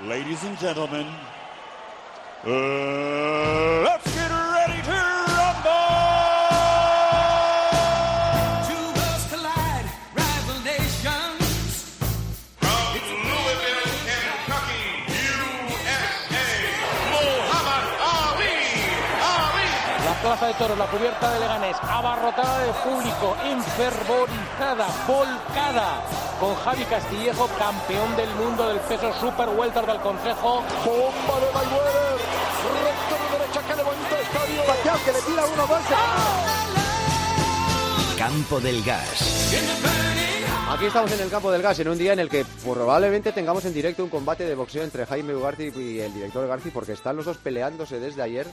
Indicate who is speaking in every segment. Speaker 1: Ladies and gentlemen, uh, let's get ready to rumble!
Speaker 2: Two worlds collide, rival nations.
Speaker 3: From Louisville, Kentucky, USA, Muhammad Ali, Ali.
Speaker 4: La plaza de toros, la cubierta de Leganés, abarrotada de público, enfervorizada, volcada, con Javi Castillejo, campeón del mundo del peso super welter del Consejo.
Speaker 5: Bomba de Mayweather. Recto de derecha que levanta estadio. Pacquiao que le tira uno más.
Speaker 6: Campo del Gas.
Speaker 5: Aquí estamos en el campo del gas, en un día en el que probablemente tengamos en directo un combate de boxeo entre Jaime Ugarte y el director Garci, porque están los dos peleándose desde ayer,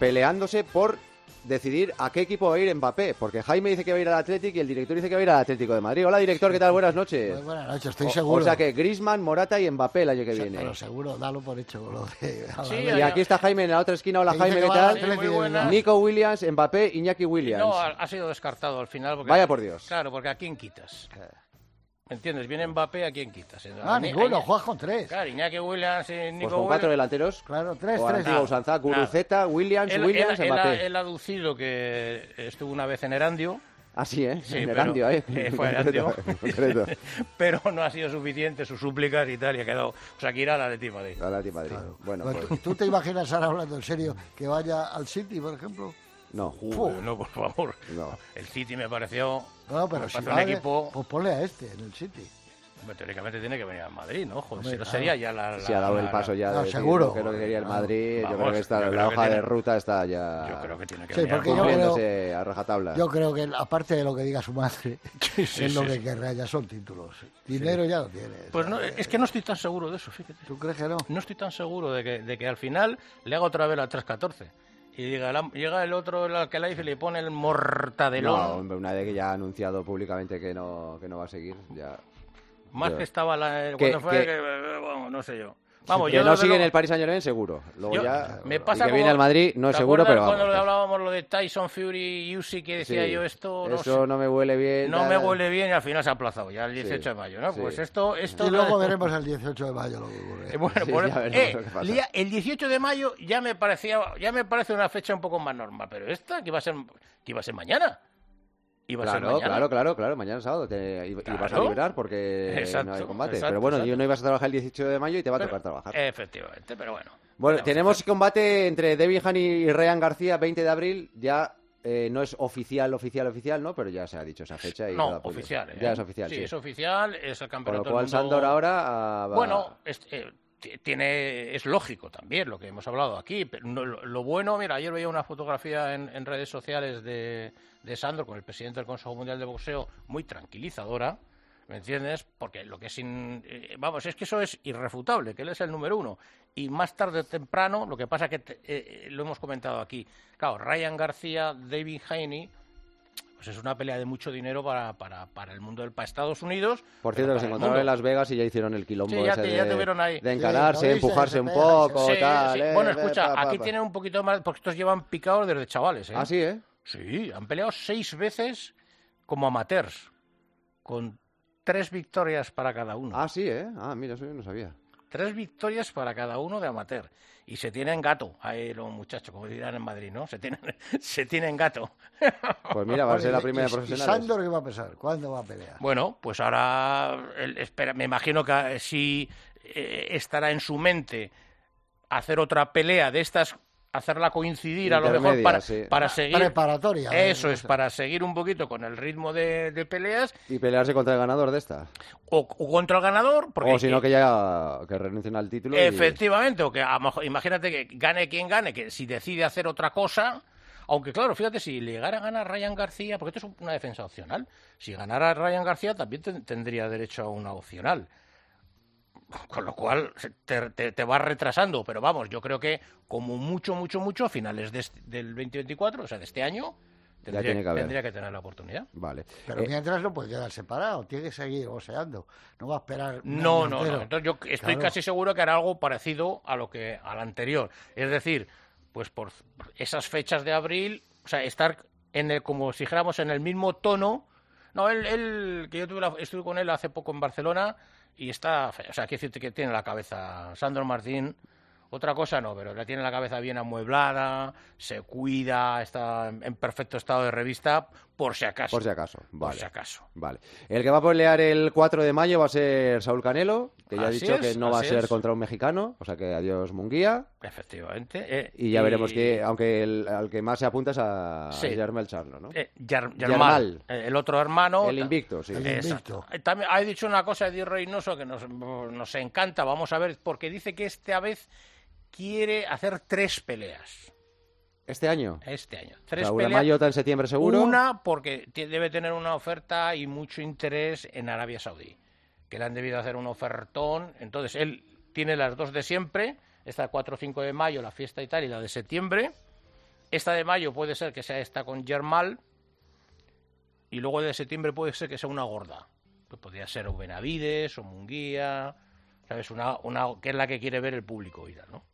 Speaker 5: peleándose por decidir a qué equipo va a ir Mbappé, porque Jaime dice que va a ir al Atlético y el director dice que va a ir al Atlético de Madrid. Hola director, ¿qué tal? Buenas noches.
Speaker 7: Muy buenas noches, estoy
Speaker 5: O-
Speaker 7: seguro.
Speaker 5: O sea que Grisman, Morata y Mbappé el año que
Speaker 7: Se-
Speaker 5: viene.
Speaker 7: Pero seguro, dalo por hecho. Lo de,
Speaker 5: Y aquí está Jaime en la otra esquina. Hola
Speaker 7: Que dice
Speaker 5: Jaime,
Speaker 7: que
Speaker 5: ¿qué
Speaker 7: va al
Speaker 5: tal?
Speaker 7: Atleti de Bilbao.
Speaker 5: Nico Williams, Mbappé, Iñaki Williams.
Speaker 8: No, ha, ha sido descartado al final. Porque
Speaker 5: Vaya por Dios.
Speaker 8: Claro, porque ¿a quién quitas? ¿Me entiendes? Viene Mbappé, ¿a quién quitas?
Speaker 7: no,
Speaker 8: A-
Speaker 7: ninguno,
Speaker 8: a-
Speaker 7: juegas con tres.
Speaker 8: Claro, Iñaki Williams y Nico
Speaker 5: Ah, Pues con cuatro
Speaker 8: Williams.
Speaker 5: delanteros.
Speaker 7: Claro, tres,
Speaker 5: O
Speaker 7: tres.
Speaker 5: Antigua
Speaker 7: Ah,
Speaker 5: Usanza,
Speaker 8: nada.
Speaker 5: Guruceta, Williams,
Speaker 8: Él-
Speaker 5: Williams,
Speaker 8: él- él ha-
Speaker 5: Mbappé.
Speaker 8: él ha aducido que estuvo Eh, una vez en Erandio,
Speaker 5: Así, ¿eh?
Speaker 8: Sí,
Speaker 5: en
Speaker 8: pero-
Speaker 5: Erandio, ¿eh?
Speaker 8: eh, fue
Speaker 5: En
Speaker 8: Erandio.
Speaker 5: concreto, en concreto.
Speaker 8: pero no ha sido suficiente sus súplicas y tal, y ha quedado. O sea, que irá a la de ti, Madrid.
Speaker 5: Atleti Madrid. Bueno,
Speaker 7: Pero
Speaker 5: pues,
Speaker 7: ¿tú, tú te imaginas ahora hablando en serio que vaya al City, por ejemplo?
Speaker 5: no.
Speaker 8: Uy, no, por favor.
Speaker 5: No.
Speaker 8: El City me pareció.
Speaker 7: No, pero
Speaker 8: me
Speaker 7: si
Speaker 8: parece
Speaker 7: va
Speaker 8: un
Speaker 7: de-
Speaker 8: equipo.
Speaker 7: Pues ponle a este en el City.
Speaker 8: Hombre, Teóricamente tiene que venir a Madrid, ¿no? Joder,
Speaker 7: Hombre,
Speaker 8: si no
Speaker 7: claro.
Speaker 8: sería ya la.
Speaker 5: Se ha dado el
Speaker 8: la-
Speaker 5: paso ya de
Speaker 7: No,
Speaker 5: decir
Speaker 7: seguro.
Speaker 5: lo que lo que quería el
Speaker 7: Vamos,
Speaker 5: Madrid. yo creo que está,
Speaker 8: yo creo
Speaker 5: la
Speaker 8: que
Speaker 5: hoja de
Speaker 8: tiene-
Speaker 5: ruta está ya
Speaker 8: Yo creo que tiene que
Speaker 7: Sí,
Speaker 8: venir a
Speaker 7: porque yo
Speaker 8: Madrid.
Speaker 5: cumpliéndose a rajatabla.
Speaker 7: Yo creo que, aparte de lo que diga su madre,
Speaker 8: sí,
Speaker 7: es lo
Speaker 8: sí,
Speaker 7: que
Speaker 8: sí.
Speaker 7: querrá, ya son títulos. Dinero ya lo tienes.
Speaker 8: Pues no, es que no estoy tan seguro de eso, fíjate.
Speaker 7: ¿Tú crees que no?
Speaker 8: No estoy tan seguro de que, de que al final le haga otra vez la 3-14. Y diga, la- llega el otro, el Alcalaife, y le pone el
Speaker 5: No,
Speaker 8: mortadelón.
Speaker 5: hombre, una vez que ya ha anunciado públicamente que no, que no va a seguir, ya...
Speaker 8: más
Speaker 5: yo-
Speaker 8: que estaba la, eh,
Speaker 5: Que-
Speaker 8: cuando fue.
Speaker 5: que-
Speaker 8: que- eh, bueno, no sé yo. Vamos,
Speaker 5: que
Speaker 8: yo
Speaker 5: no
Speaker 8: desde
Speaker 5: sigue en
Speaker 8: luego-
Speaker 5: el Paris Saint Germain, seguro. Luego
Speaker 8: yo-
Speaker 5: ya...
Speaker 8: me
Speaker 5: y
Speaker 8: pasa
Speaker 5: que
Speaker 8: como-
Speaker 5: viene al Madrid, no es
Speaker 8: ¿te
Speaker 5: seguro, pero
Speaker 8: acuerdas
Speaker 5: vamos.
Speaker 8: cuando
Speaker 5: que-
Speaker 8: hablábamos lo de Tyson Fury y Usyk, que decía
Speaker 5: Sí.
Speaker 8: yo esto, no
Speaker 5: Eso
Speaker 8: sé,
Speaker 5: no me huele bien.
Speaker 8: no
Speaker 5: tal,
Speaker 8: me
Speaker 5: tal.
Speaker 8: huele bien y al final se ha aplazado ya el 18 de mayo, ¿no?
Speaker 5: sí.
Speaker 8: Pues esto, esto
Speaker 7: Y
Speaker 8: no-
Speaker 7: luego veremos el 18 de mayo lo que ocurre.
Speaker 8: Eh, Bueno,
Speaker 5: Sí,
Speaker 8: por-
Speaker 5: ya veremos
Speaker 8: eh,
Speaker 5: lo que pasa.
Speaker 8: lia- el 18 de mayo ya me parecía, ya me parece una fecha un poco más normal, pero esta que iba a ser, que iba a ser mañana, iba a ser
Speaker 5: Claro,
Speaker 8: mañana.
Speaker 5: claro, claro, claro. Mañana es sábado te, y, y vas a
Speaker 8: Claro.
Speaker 5: liberar porque no hay
Speaker 8: Exacto,
Speaker 5: combate.
Speaker 8: exacto,
Speaker 5: pero bueno,
Speaker 8: exacto.
Speaker 5: yo no ibas a trabajar el 18 de mayo y te va a
Speaker 8: Pero-
Speaker 5: tocar trabajar.
Speaker 8: Efectivamente, pero bueno.
Speaker 5: bueno,
Speaker 8: Vamos.
Speaker 5: tenemos combate entre Devin Han y Ryan García, 20 de abril. Ya eh, no es oficial, oficial, oficial, ¿no? Pero ya se ha dicho esa fecha. Y
Speaker 8: no,
Speaker 5: nada, pues,
Speaker 8: oficial. ¿eh?
Speaker 5: Ya es oficial, sí.
Speaker 8: Sí, es oficial, es el
Speaker 5: Con lo
Speaker 8: campeonato. del
Speaker 5: cual,
Speaker 8: mundo.
Speaker 5: Sandor ahora... ah, va-
Speaker 8: Bueno, es, eh, t- tiene, es lógico también lo que hemos hablado aquí. Pero no- lo, lo bueno, mira, ayer veía una fotografía en, en redes sociales de, de Sandro con el presidente del Consejo Mundial de Boxeo, muy tranquilizadora. ¿Me entiendes? Porque lo que es. in- eh, vamos, es que eso es irrefutable, que él es el número uno. Y más tarde o temprano, lo que pasa que te- eh, eh, lo hemos comentado aquí. Claro, Ryan García, David Haney, pues es una pelea de mucho dinero para, para, para el mundo del. para Estados Unidos.
Speaker 5: Por cierto, nos
Speaker 8: pero para el
Speaker 5: encontraron en
Speaker 8: mundo.
Speaker 5: Las Vegas y ya hicieron el quilombo
Speaker 8: Sí, ya
Speaker 5: ese
Speaker 8: te- ya
Speaker 5: de,
Speaker 8: tuvieron ahí.
Speaker 5: de
Speaker 7: Sí,
Speaker 5: encararse,
Speaker 7: lo dice,
Speaker 5: empujarse
Speaker 7: se
Speaker 5: un
Speaker 7: pega,
Speaker 5: poco,
Speaker 8: Sí,
Speaker 5: tal...
Speaker 8: sí.
Speaker 5: eh,
Speaker 8: Bueno,
Speaker 5: ve,
Speaker 8: escucha,
Speaker 5: pa, pa,
Speaker 8: aquí
Speaker 5: pa.
Speaker 8: tienen un poquito más, porque estos llevan picados desde chavales, ¿eh?
Speaker 5: Ah, sí, ¿eh?
Speaker 8: Sí, han peleado seis veces como amateurs, con tres victorias para cada uno.
Speaker 5: Ah, sí, ¿eh? Ah, mira, eso yo no sabía.
Speaker 8: Tres victorias para cada uno de amateur. Y se tienen gato, ahí los muchachos, como dirán en Madrid, ¿no? Se tienen, se tienen gato.
Speaker 5: Pues mira, va a
Speaker 7: Bueno,
Speaker 5: ser la
Speaker 7: y-
Speaker 5: primera
Speaker 7: y- y
Speaker 5: profesional.
Speaker 7: Sandor qué va a pensar? ¿Cuándo va a pelear?
Speaker 8: Bueno, pues ahora él espera, me imagino que sí eh, estará en su mente hacer otra pelea de estas, hacerla coincidir a lo mejor
Speaker 5: Intermedia,
Speaker 8: para,
Speaker 5: sí.
Speaker 7: Ah,
Speaker 8: para seguir.
Speaker 7: Preparatoria. ¿eh?
Speaker 8: Eso es, para seguir un poquito con el ritmo de, de peleas
Speaker 5: Y pelearse contra el ganador de esta.
Speaker 8: o, o contra el ganador. Porque
Speaker 5: o si no, que ya que renuncien al título. y-
Speaker 8: Efectivamente, o que a lo mejor- imagínate que gane quien gane, que si decide hacer otra cosa, aunque claro, fíjate, si le llegara a ganar Ryan García, porque esto es una defensa opcional, si ganara Ryan García también ten- tendría derecho a una opcional. Con lo cual se- te, te- te vas retrasando, pero vamos, yo creo que como mucho, mucho, mucho, a finales de este- del 2024, o sea, de este año, tendría,
Speaker 5: tiene que haber.
Speaker 8: tendría que tener la oportunidad.
Speaker 5: Vale.
Speaker 7: Pero
Speaker 5: Eh,
Speaker 7: mientras no puede quedar separado, tiene que seguir boxeando. No va a esperar. un
Speaker 8: No,
Speaker 7: año
Speaker 8: no,
Speaker 7: entero.
Speaker 8: no. Entonces yo estoy
Speaker 7: Claro.
Speaker 8: casi seguro que hará algo parecido a lo que al anterior. Es decir, pues por esas fechas de abril, o sea, estar en el como si dijéramos en el mismo tono. No, él, él- que yo tuve la- estuve con él hace poco en Barcelona y está, fe- o sea, quiero decirte que tiene la cabeza Sandro Martín. Otra cosa no, pero la tiene la cabeza bien amueblada, se cuida, está en en perfecto estado de revista, por si acaso.
Speaker 5: Por si acaso, vale.
Speaker 8: Por si acaso.
Speaker 5: Vale. El que va a pelear el 4 de mayo va a ser Saúl Canelo, que ya he
Speaker 8: Así
Speaker 5: dicho
Speaker 8: es,
Speaker 5: que no va a
Speaker 8: así
Speaker 5: ser
Speaker 8: es.
Speaker 5: contra un mexicano, o sea que adiós Munguía.
Speaker 8: Efectivamente. eh,
Speaker 5: Y ya veremos que, aunque el, al que más se apunta es a
Speaker 8: Sí.
Speaker 5: Guillermo El Charlo, ¿no?
Speaker 8: eh, Yar-
Speaker 5: Yarmal.
Speaker 8: Yarmal, eh, el otro hermano.
Speaker 5: El
Speaker 8: ta-
Speaker 5: invicto, sí.
Speaker 7: El
Speaker 8: Exacto.
Speaker 7: invicto.
Speaker 8: Eh, También ha dicho una cosa Eddie Reynoso que nos, nos encanta, vamos a ver, porque dice que esta vez quiere hacer tres peleas
Speaker 5: Este año.
Speaker 8: este año.
Speaker 5: O
Speaker 8: Tres
Speaker 5: sea, una en
Speaker 8: peleas.
Speaker 5: mayo, otra en septiembre seguro.
Speaker 8: Una porque te- debe tener una oferta y mucho interés en Arabia Saudí, que le han debido hacer un ofertón. Entonces, él tiene las dos de siempre, esta 4 o 5 de mayo, la fiesta y tal, y la de septiembre. Esta de mayo puede ser que sea esta con Germal, y luego de septiembre puede ser que sea una gorda, que podría ser o Benavides o Munguía, ¿sabes? Una, una que es la que quiere ver el público y tal, ¿no?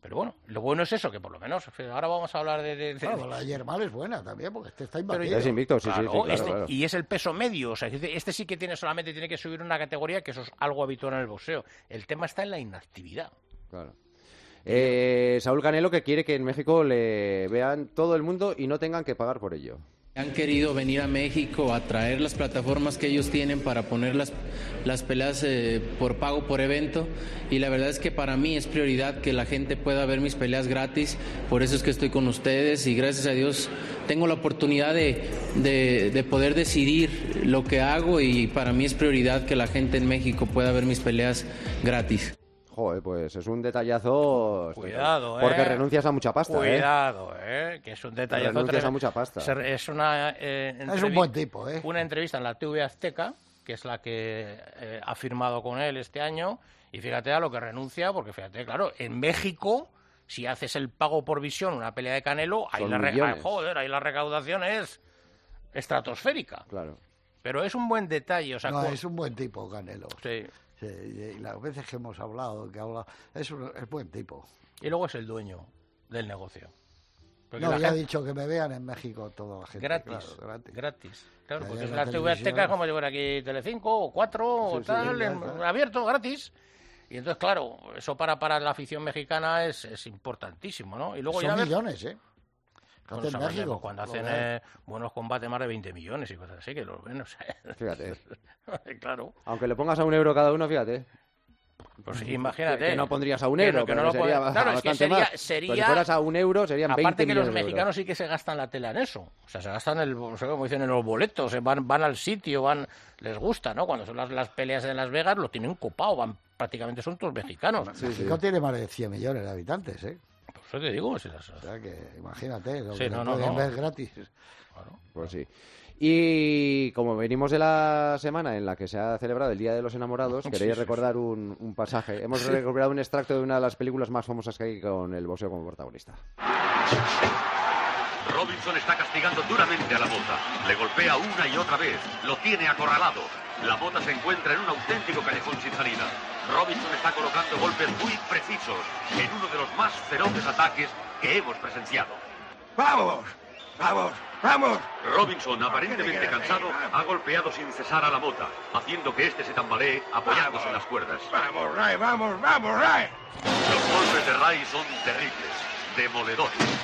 Speaker 8: Pero bueno, lo bueno es eso, que por lo menos, ahora vamos a hablar de... de- de-
Speaker 7: Claro, Ah, pues la Yermal es buena también, porque este está
Speaker 8: Pero
Speaker 7: invadido.
Speaker 5: Es invicto, sí, sí,
Speaker 8: Claro,
Speaker 5: sí, claro,
Speaker 8: este-
Speaker 5: claro.
Speaker 8: Y es el peso medio. O sea, este este sí que tiene solamente tiene que subir una categoría, que eso es algo habitual en el boxeo. El tema está en la inactividad.
Speaker 5: Claro. Eh, Saúl Canelo que quiere que en México le vean todo el mundo y no tengan que pagar por ello.
Speaker 9: Han querido venir a México a traer las plataformas que ellos tienen para poner las, las peleas eh, por pago por evento y la verdad es que para mí es prioridad que la gente pueda ver mis peleas gratis, por eso es que estoy con ustedes y gracias a Dios tengo la oportunidad de, de- de poder decidir lo que hago y para mí es prioridad que la gente en México pueda ver mis peleas gratis.
Speaker 5: Joder, pues es un detallazo.
Speaker 8: Cuidado, eh.
Speaker 5: Porque renuncias a mucha pasta, ¿eh?
Speaker 8: Cuidado, eh, que es un detalle.
Speaker 5: Renuncias a mucha pasta.
Speaker 8: Es, una, eh,
Speaker 7: Es un
Speaker 8: entrevi-
Speaker 7: buen tipo, ¿eh?
Speaker 8: Una entrevista en la TV Azteca, que es la que eh, ha firmado con él este año. Y fíjate a lo que renuncia, porque fíjate, claro, en México, si haces el pago por visión, una pelea de Canelo, ahí
Speaker 5: Son
Speaker 8: la, re-
Speaker 5: millones.
Speaker 8: joder, ahí la recaudación es estratosférica.
Speaker 5: Claro.
Speaker 8: Pero es un buen detalle, o sea,
Speaker 7: No,
Speaker 8: cu-
Speaker 7: es un buen tipo, Canelo.
Speaker 8: sí.
Speaker 7: Sí, y y las veces que hemos hablado, que ha hablado, es un es buen tipo.
Speaker 8: y luego es el dueño del negocio. Porque
Speaker 7: no,
Speaker 8: la
Speaker 7: ya he
Speaker 8: gente-
Speaker 7: dicho que me vean en México toda la gente.
Speaker 8: gratis,
Speaker 7: claro, gratis.
Speaker 8: gratis, Claro,
Speaker 7: Ya
Speaker 8: porque
Speaker 7: llega
Speaker 8: en la
Speaker 7: la
Speaker 8: TV Azteca es
Speaker 7: televisión.
Speaker 8: como llevar aquí Telecinco o Cuatro
Speaker 5: Sí,
Speaker 8: o
Speaker 5: sí,
Speaker 8: tal,
Speaker 7: ya
Speaker 8: en-
Speaker 7: está.
Speaker 8: abierto, gratis. Y entonces, claro, eso para, para la afición mexicana es, es importantísimo, ¿no? Y luego ya
Speaker 7: Son
Speaker 8: ves-
Speaker 7: millones, ¿eh? Que
Speaker 8: Bueno,
Speaker 7: hacen
Speaker 8: sabrás,
Speaker 7: México.
Speaker 8: cuando
Speaker 7: Lo
Speaker 8: hacen
Speaker 7: vean.
Speaker 8: eh, buenos combates más de 20 millones y cosas así, que los ven, o sea,
Speaker 5: Fíjate.
Speaker 8: claro.
Speaker 5: Aunque le pongas a un euro cada uno, fíjate.
Speaker 8: Pues imagínate.
Speaker 5: Que no pondrías a un
Speaker 8: Que no-
Speaker 5: euro,
Speaker 8: que
Speaker 5: pero
Speaker 8: no lo
Speaker 5: sería
Speaker 8: pon- Claro, es que
Speaker 5: bastante
Speaker 8: sería-
Speaker 5: más. Pero si
Speaker 8: sería-
Speaker 5: fueras a un euro, serían 20
Speaker 8: Aparte que los
Speaker 5: millones de euros.
Speaker 8: mexicanos sí que se gastan la tela en eso. O sea, se gastan, el, o sea, como dicen, en los boletos, eh, van, van al sitio, van les gusta, ¿no? Cuando son las, las peleas en Las Vegas lo tienen copado, van prácticamente son todos mexicanos.
Speaker 7: México tiene más de 100 millones de habitantes, ¿eh?
Speaker 8: Por eso te digo, si las-
Speaker 7: O sea que imagínate, lo
Speaker 8: Sí,
Speaker 7: que
Speaker 8: no,
Speaker 7: lo
Speaker 8: no,
Speaker 7: pueden
Speaker 8: no.
Speaker 7: ver gratis.
Speaker 5: Pues sí. Y como venimos de la semana en la que se ha celebrado el Día de los Enamorados,
Speaker 8: Sí, sí,
Speaker 5: queréis
Speaker 8: sí.
Speaker 5: recordar un, un pasaje. Hemos recuperado un extracto de una de las películas más famosas que hay con el boxeo como protagonista.
Speaker 10: Robinson está castigando duramente a la bota. Le golpea una y otra vez. Lo tiene acorralado. La bota se encuentra en un auténtico callejón sin salida. Robinson está colocando golpes muy precisos en uno de los más feroces ataques que hemos presenciado.
Speaker 1: Vamos, vamos, vamos.
Speaker 10: Robinson, aparentemente cansado, ha golpeado sin cesar a la bota, haciendo que éste se tambalee apoyándose en las cuerdas.
Speaker 1: Vamos, Ray, vamos, vamos, Ray.
Speaker 10: Los golpes de Ray son terribles, demoledores.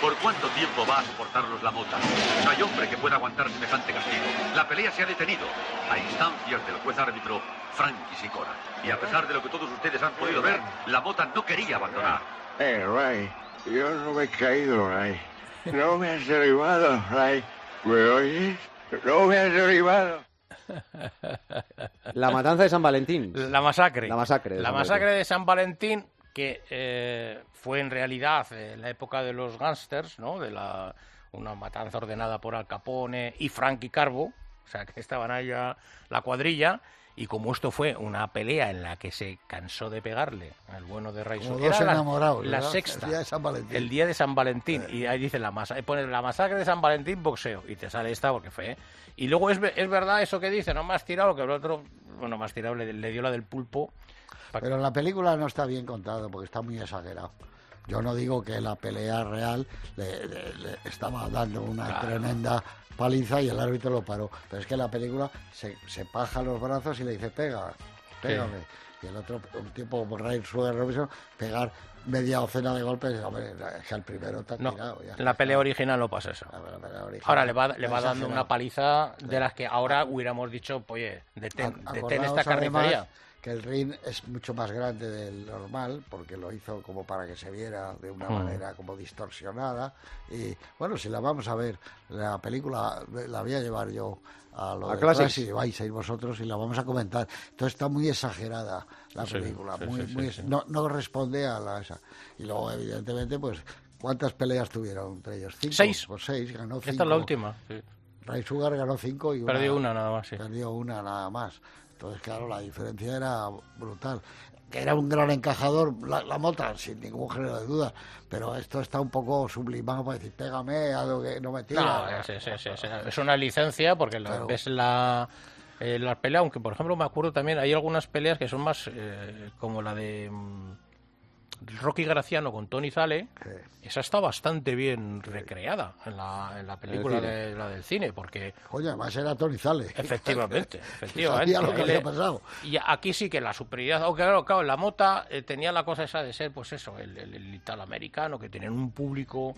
Speaker 10: ¿Por cuánto tiempo va a soportarlos la mota? No hay hombre que pueda aguantar semejante castigo. La pelea se ha detenido a instancias del juez árbitro Frankie Sicora. Y a pesar de lo que todos ustedes han podido ver, la mota no quería abandonar.
Speaker 1: Eh, Ray, yo no me he caído, Ray. No me has derribado, Ray. ¿Me oyes? No me has derribado.
Speaker 5: La matanza de San Valentín.
Speaker 8: La masacre.
Speaker 5: La masacre de
Speaker 8: La
Speaker 5: San
Speaker 8: masacre
Speaker 5: Valentín.
Speaker 8: de San Valentín, que eh, fue en realidad eh, la época de los gángsters, ¿no? De la, una matanza ordenada por Al Capone y Frankie Carbo, o sea, que estaban ahí ya la cuadrilla. Y como esto fue una pelea en la que se cansó de pegarle al bueno de Ray
Speaker 7: Como
Speaker 8: Soto-
Speaker 7: dos
Speaker 8: era la-
Speaker 7: enamorados,
Speaker 8: La,
Speaker 7: ¿verdad?
Speaker 8: sexta.
Speaker 7: El día de San Valentín.
Speaker 8: El día de San Valentín. Y ahí dice la masa, pone la masacre de San Valentín boxeo. Y te sale esta porque fue. ¿eh? Y luego es, ve- es verdad eso que dice, no me has tirado, que el otro, bueno, más tirado le, le dio la del pulpo. Pa-
Speaker 7: Pero en la película no está bien contado porque está muy exagerado. Yo no digo que la pelea real le, le- le estaba dando una tremenda paliza y el árbitro lo paró. Pero es que la película se, se paja los brazos y le dice, pega, pégame. Y el otro, un tipo, Ryan Sugar Robinson, pegar media docena de golpes. Hombre, es que el primero te ha
Speaker 8: No,
Speaker 7: tirado. ya.
Speaker 8: en la pelea original no pasa eso.
Speaker 7: La pelea original.
Speaker 8: Ahora le va, le va
Speaker 7: Exagerado.
Speaker 8: dando una paliza de las que ahora hubiéramos dicho, pues, oye, detén,
Speaker 7: Ac-
Speaker 8: detén esta
Speaker 7: acordaos, además,
Speaker 8: carnicería.
Speaker 7: que el ring es mucho más grande del normal, porque lo hizo como para que se viera de una
Speaker 8: Mm.
Speaker 7: manera como distorsionada. Y bueno, si la vamos a ver, la película eh, la voy a llevar yo a lo
Speaker 5: A
Speaker 7: de
Speaker 5: Classics.
Speaker 7: Classics, vais a ir vosotros y la vamos a comentar. Entonces está muy exagerada la
Speaker 8: Sí,
Speaker 7: película,
Speaker 8: sí,
Speaker 7: muy,
Speaker 8: sí, sí,
Speaker 7: muy-
Speaker 8: sí.
Speaker 7: No, no responde a la esa. Y luego, evidentemente, pues, ¿cuántas peleas tuvieron entre ellos? ¿Cinco?
Speaker 8: Seis.
Speaker 7: Pues seis, ganó cinco.
Speaker 8: Esta es la última. sí.
Speaker 7: Ray Sugar ganó cinco y una-
Speaker 8: Perdió una nada más, sí.
Speaker 7: perdió una nada más. Entonces, claro, la diferencia era brutal. Que era un gran encajador, la, la mota, sin ningún género de duda. Pero esto está un poco sublimado para decir, pégame, algo que no me
Speaker 8: No,
Speaker 7: tira.
Speaker 8: es, es- es- es- es una licencia porque la-
Speaker 7: Claro.
Speaker 8: ves la, eh, las peleas, aunque por ejemplo me acuerdo también, hay algunas peleas que son más eh, como la de mm, Rocky Graciano con Tony Zale. Esa está bastante bien recreada en la, en la película
Speaker 5: cine.
Speaker 8: de, la del cine, porque
Speaker 7: Coño, además era Tony Zale.
Speaker 8: efectivamente, efectivamente.
Speaker 7: Sabía lo que
Speaker 8: ahí le-
Speaker 7: había pasado.
Speaker 8: Y aquí sí que la superioridad, aunque claro, claro, la mota eh, tenía la cosa esa de ser, pues eso, el, el, el italoamericano, que tenían un público,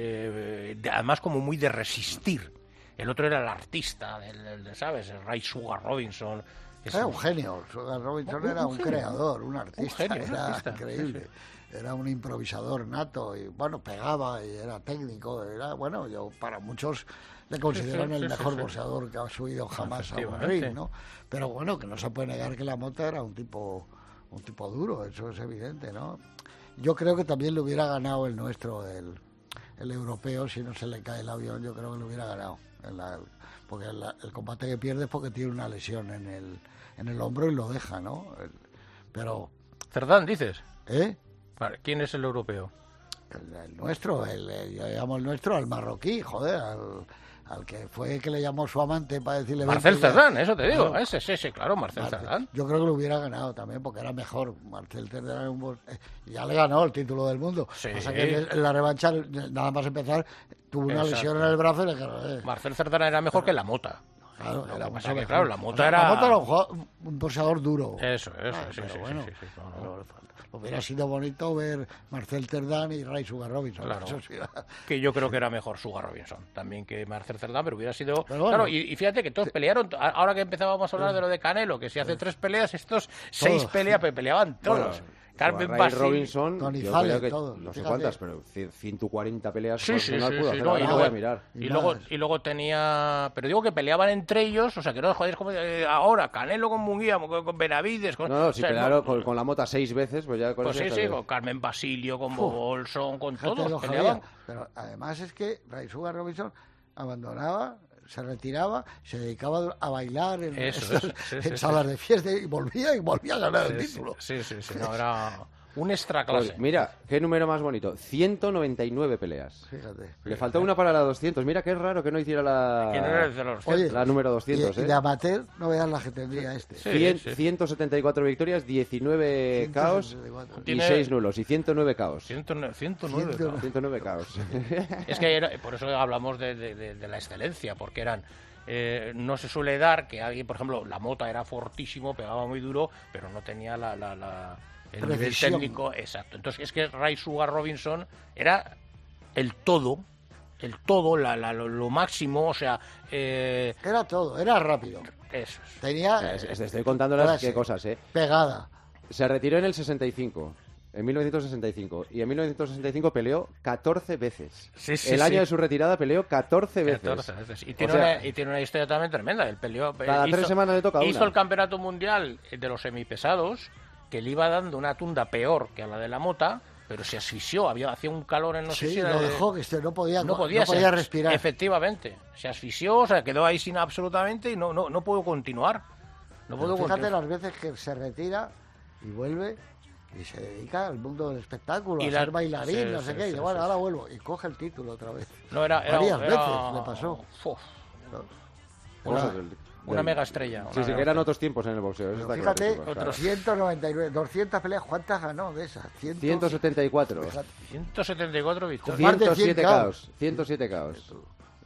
Speaker 8: eh, de- además como muy de resistir. El otro era el artista, del, del- de, ¿sabes? El Ray Sugar Robinson. que es
Speaker 7: Era un genio. Sugar Robinson
Speaker 8: Un-
Speaker 7: era
Speaker 8: un
Speaker 7: un
Speaker 8: genio.
Speaker 7: creador, un artista.
Speaker 8: genio, un
Speaker 7: era
Speaker 8: artista,
Speaker 7: increíble. Era un improvisador nato y, bueno, pegaba y era técnico. Era, bueno, yo para muchos le consideran
Speaker 8: sí, sí,
Speaker 7: el mejor
Speaker 8: sí, sí.
Speaker 7: boxeador que ha subido jamás a un
Speaker 8: Efectivamente.
Speaker 7: ring, ¿no? Pero bueno, que no se puede negar que la mota era un tipo, un tipo duro, eso es evidente, ¿no? Yo creo que también le hubiera ganado el nuestro, el, el europeo, si no se le cae el avión, yo creo que le hubiera ganado. en la- porque la- el combate que pierde es porque tiene una lesión en el, en el hombro y lo deja, ¿no? El- pero,
Speaker 8: Cerdán, dices.
Speaker 7: ¿eh?
Speaker 8: Vale, ¿Quién es el europeo?
Speaker 7: El, el nuestro, el, el- yo llamo el nuestro al marroquí, joder, al, al que fue que le llamó su amante para decirle... "Vente
Speaker 8: Marcel
Speaker 7: ya".
Speaker 8: Cerdán, eso te digo.
Speaker 7: Claro.
Speaker 8: Ese, ese, ese, claro, Marcel
Speaker 7: Marcel.
Speaker 8: Cerdán.
Speaker 7: Yo creo que lo hubiera ganado también, porque era mejor. Marcel Cerdán era un bol- eh, ya le ganó el título del mundo.
Speaker 8: Sí.
Speaker 7: Pasa que en la revancha, nada más empezar, tuvo una
Speaker 8: Exacto.
Speaker 7: lesión en el brazo y le ganó. eh.
Speaker 8: Marcel Cerdán era mejor que la mota.
Speaker 7: Claro,
Speaker 8: Lo
Speaker 7: era
Speaker 8: que pasa
Speaker 7: mucho
Speaker 8: que,
Speaker 7: mejor.
Speaker 8: claro, la mota
Speaker 7: O sea,
Speaker 8: era- Eh.
Speaker 7: La mota era un, jugador- un boxeador duro.
Speaker 8: Eso, eso, sí,
Speaker 7: pero
Speaker 8: sí, sí,
Speaker 7: bueno,
Speaker 8: sí, sí, no, no.
Speaker 7: pero Hubiera sido bonito ver Marcel Cerdán y Ray Sugar Robinson.
Speaker 8: Claro.
Speaker 7: eso sí era-
Speaker 8: que yo creo que era mejor Sugar Robinson también que Marcel Cerdán, pero hubiera sido...
Speaker 7: Pero bueno.
Speaker 8: claro, y, y fíjate que todos pelearon, a- ahora que empezábamos a hablar de lo de Canelo, que si hace tres peleas, estos seis peleas pe- peleaban todos.
Speaker 5: Bueno,
Speaker 8: Carmen
Speaker 5: Ray
Speaker 8: Basile-
Speaker 5: Robinson,
Speaker 7: Tony
Speaker 5: yo
Speaker 7: Zale,
Speaker 5: creo que
Speaker 7: todos,
Speaker 5: no sé
Speaker 7: fíjate.
Speaker 5: cuántas, pero cien- 140 peleas
Speaker 8: Sí, sí, sí,
Speaker 5: profesional pudo
Speaker 8: sí,
Speaker 5: hacer,
Speaker 8: no,
Speaker 5: ahora
Speaker 8: y
Speaker 5: lo
Speaker 8: luego-
Speaker 5: voy a mirar.
Speaker 8: Y luego, y luego tenía. Pero digo que peleaban entre ellos, o sea, que no joder, es como eh, ahora, Canelo con Munguía, con, con Benavides. Con,
Speaker 5: No, no,
Speaker 8: o
Speaker 5: si
Speaker 8: sea,
Speaker 5: pelearon
Speaker 8: no,
Speaker 5: con, con la mota seis veces, pues ya con
Speaker 8: Pues
Speaker 5: eso
Speaker 8: sí,
Speaker 5: ya
Speaker 8: sí,
Speaker 5: sabes.
Speaker 8: con Carmen Basilio, con Bob Olson, con
Speaker 7: Fíjate lo
Speaker 8: todos.
Speaker 7: que
Speaker 8: Peleaban.
Speaker 7: había. Pero además es que Ray Sugar Robinson abandonaba, se retiraba, se dedicaba a bailar en,
Speaker 8: Eso, eso, sí, sí,
Speaker 7: en
Speaker 8: sí.
Speaker 7: salas de fiesta y volvía y volvía a ganar el
Speaker 8: Sí,
Speaker 7: título.
Speaker 8: sí, sí, sí, no, era un extra clase.
Speaker 5: Pues mira, qué número más bonito. 199 peleas.
Speaker 7: Fíjate.
Speaker 5: Le faltó una para la 200. Mira, qué raro que no hiciera la,
Speaker 8: Que no era de los
Speaker 7: Oye,
Speaker 5: la número
Speaker 7: Y,
Speaker 5: 200.
Speaker 7: y
Speaker 5: ¿eh?
Speaker 7: de amateur no veas la que tendría este.
Speaker 8: Sí,
Speaker 5: Cien-
Speaker 8: sí.
Speaker 5: 174 victorias, 19 caos
Speaker 7: 174.
Speaker 5: y
Speaker 8: Tiene-
Speaker 5: 6 nulos. Y 109 caos.
Speaker 8: 109, 109, ¿no?
Speaker 5: 109 caos.
Speaker 8: Es que era- por eso hablamos de, de- de- de la excelencia, porque eran. eh, no se suele dar que alguien, por ejemplo, la mota era fortísimo, pegaba muy duro, pero no tenía la, la- la- el nivel
Speaker 7: Precisión.
Speaker 8: técnico exacto. Entonces es que Ray Sugar Robinson era el todo, el todo, la- la- lo, lo máximo, o sea, eh,
Speaker 7: Era todo, era rápido.
Speaker 8: eso es.
Speaker 7: Tenía
Speaker 5: Es-
Speaker 7: eh,
Speaker 5: es- estoy contando las
Speaker 7: Frase.
Speaker 5: qué cosas, ¿eh?
Speaker 7: pegada.
Speaker 5: Se retiró en el 65. En 1965. Y en 1965 peleó 14 veces.
Speaker 8: Sí, sí,
Speaker 5: el
Speaker 8: sí.
Speaker 5: año de su retirada peleó 14 veces.
Speaker 8: 14 veces. Y tiene,
Speaker 5: O sea-
Speaker 8: una, y tiene una historia también tremenda. El peleó,
Speaker 5: Cada tres semanas le toca
Speaker 8: Hizo
Speaker 5: una.
Speaker 8: el campeonato mundial de los semipesados, que le iba dando una tunda peor que a la de la mota, pero se asfixió. Había, hacía un calor en no sé
Speaker 7: Sí,
Speaker 8: si era
Speaker 7: lo
Speaker 8: de-
Speaker 7: dejó que este no podía,
Speaker 8: No podía, se-
Speaker 7: respirar.
Speaker 8: Efectivamente. Se asfixió, o sea, quedó ahí sin absolutamente y no, no, no pudo continuar. No pudo
Speaker 7: Pero fíjate
Speaker 8: continuar.
Speaker 7: las veces que se retira y vuelve y se dedica al mundo del espectáculo,
Speaker 8: Y
Speaker 7: a
Speaker 8: la-
Speaker 7: ser bailarín,
Speaker 8: sí,
Speaker 7: no
Speaker 8: sí,
Speaker 7: sé qué. y
Speaker 8: sí,
Speaker 7: dice, bueno,
Speaker 8: sí,
Speaker 7: ahora vuelvo. Y coge el título otra vez.
Speaker 8: No, era, era-
Speaker 7: varias
Speaker 8: era-
Speaker 7: veces le pasó.
Speaker 8: Fuf.
Speaker 7: Pero-
Speaker 5: Cosas del-
Speaker 8: Una mega estrella.
Speaker 5: Sí, sí, que eran otros tiempos en el boxeo. eso está claro,
Speaker 7: Fíjate,
Speaker 5: chicos, claro.
Speaker 7: 199, 200 peleas, ¿cuántas ganó de esas? 100,
Speaker 5: 174.
Speaker 8: 174 victorias.
Speaker 7: Más de 100
Speaker 5: 107
Speaker 7: caos.
Speaker 5: caos. 107 caos.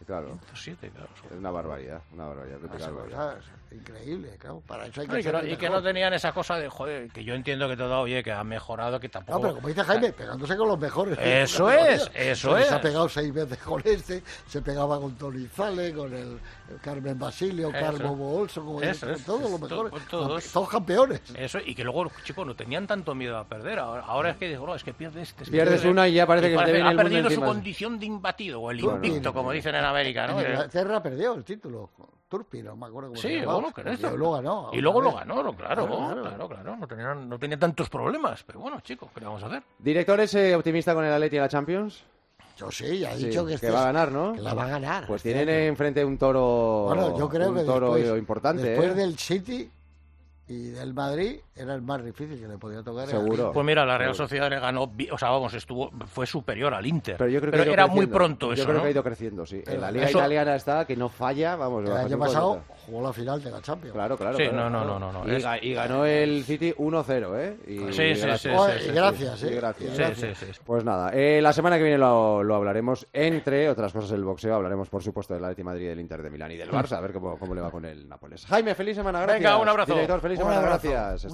Speaker 5: Claro,
Speaker 8: 107, claro.
Speaker 5: es una barbaridad. Una barbaridad. auténtica barbaridad.
Speaker 7: cosas increíbles, claro. Para eso hay que
Speaker 8: No, y, que
Speaker 7: ser
Speaker 8: no,
Speaker 7: el
Speaker 8: y que no
Speaker 7: mejor.
Speaker 8: tenían esas cosas de, joder, que yo entiendo que todo, oye, que ha mejorado, que tampoco...
Speaker 7: No, pero como dice Jaime, pegándose con los mejores.
Speaker 8: Eso
Speaker 7: Con los
Speaker 8: es,
Speaker 7: mejores.
Speaker 8: eso
Speaker 7: Se les
Speaker 8: es.
Speaker 7: ha pegado seis veces con este, se pegaba con Tony Zale, con el, el Carmen Basilio,
Speaker 8: Eso.
Speaker 7: Carmo Bolso, como
Speaker 8: Eso
Speaker 7: dice,
Speaker 8: es,
Speaker 7: todos
Speaker 8: es
Speaker 7: los
Speaker 8: todo-
Speaker 7: mejores.
Speaker 8: todos.
Speaker 7: Todos campeones.
Speaker 8: Eso, y que luego los chicos no tenían tanto miedo a perder. Ahora, ahora es que digo, no, es que este, pierdes. es que
Speaker 5: Pierdes una y ya parece que te viene
Speaker 8: ha
Speaker 5: el mundo
Speaker 8: perdido su
Speaker 5: encima.
Speaker 8: condición de imbatido o el
Speaker 7: Bueno, bueno.
Speaker 8: invicto, como dicen en América, Ah, ¿no? Eh,
Speaker 7: En Inglaterra perdió el título. Turpi, no me acuerdo cómo se
Speaker 8: Sí,
Speaker 7: llamaba.
Speaker 8: bueno, que
Speaker 7: Y
Speaker 8: esto-
Speaker 7: luego ganó.
Speaker 8: Y luego
Speaker 7: otra
Speaker 8: lo
Speaker 7: vez.
Speaker 8: ganó, claro, claro,
Speaker 7: Claro,
Speaker 8: claro. No, tenía, no tenía tantos problemas, pero bueno, chicos, ¿qué le vamos a hacer?
Speaker 5: ¿Director es eh, optimista con el Atleti en la Champions?
Speaker 7: Yo sí, ya ha
Speaker 5: Sí,
Speaker 7: dicho que, este
Speaker 5: va a
Speaker 7: es-
Speaker 5: ganar, ¿no?
Speaker 7: que la va a ganar. este
Speaker 5: Pues tienen enfrente un toro,
Speaker 7: Bueno, yo creo
Speaker 5: un
Speaker 7: que
Speaker 5: toro
Speaker 7: después,
Speaker 5: importante,
Speaker 7: después
Speaker 5: ¿eh?
Speaker 7: del City y del Madrid era el más difícil que le podía tocar. el
Speaker 5: Seguro.
Speaker 7: Atlético.
Speaker 8: Pues mira, la Real Sociedad le ganó, vi- o sea, vamos, estuvo, fue superior al Inter.
Speaker 5: Pero yo creo que ha ido
Speaker 8: era muy
Speaker 5: creciendo.
Speaker 8: pronto eso,
Speaker 5: Yo creo
Speaker 8: ¿no?
Speaker 5: que ha ido creciendo, sí. En la
Speaker 7: Pero
Speaker 5: liga
Speaker 8: eso-
Speaker 5: italiana está que no falla, vamos.
Speaker 7: El
Speaker 5: bajo
Speaker 7: año
Speaker 5: ningún
Speaker 7: pasado
Speaker 5: concepto.
Speaker 7: jugó la final de la Champions.
Speaker 5: Claro, claro.
Speaker 8: Sí,
Speaker 5: claro,
Speaker 8: no, no,
Speaker 5: claro.
Speaker 8: no, no, no,
Speaker 5: Y,
Speaker 8: es-
Speaker 5: ga- y ganó el City 1-0, ¿eh? Y-
Speaker 8: Sí,
Speaker 5: y
Speaker 8: sí,
Speaker 5: gracias.
Speaker 8: sí,
Speaker 7: Oh,
Speaker 8: sí,
Speaker 7: y
Speaker 8: sí,
Speaker 7: gracias, ¿eh?
Speaker 5: Y gracias.
Speaker 7: Y
Speaker 8: Sí, sí, sí, sí.
Speaker 5: Pues nada, eh, la semana que viene lo, lo hablaremos, entre otras cosas del boxeo, hablaremos por supuesto del Atleti Madrid, del Inter de Milán y del Barça, a ver cómo, cómo le va con el Nápoles. Jaime, feliz semana, gracias.
Speaker 8: un abrazo.
Speaker 5: Director, feliz
Speaker 7: Un
Speaker 5: semana,
Speaker 7: abrazo.
Speaker 5: gracias.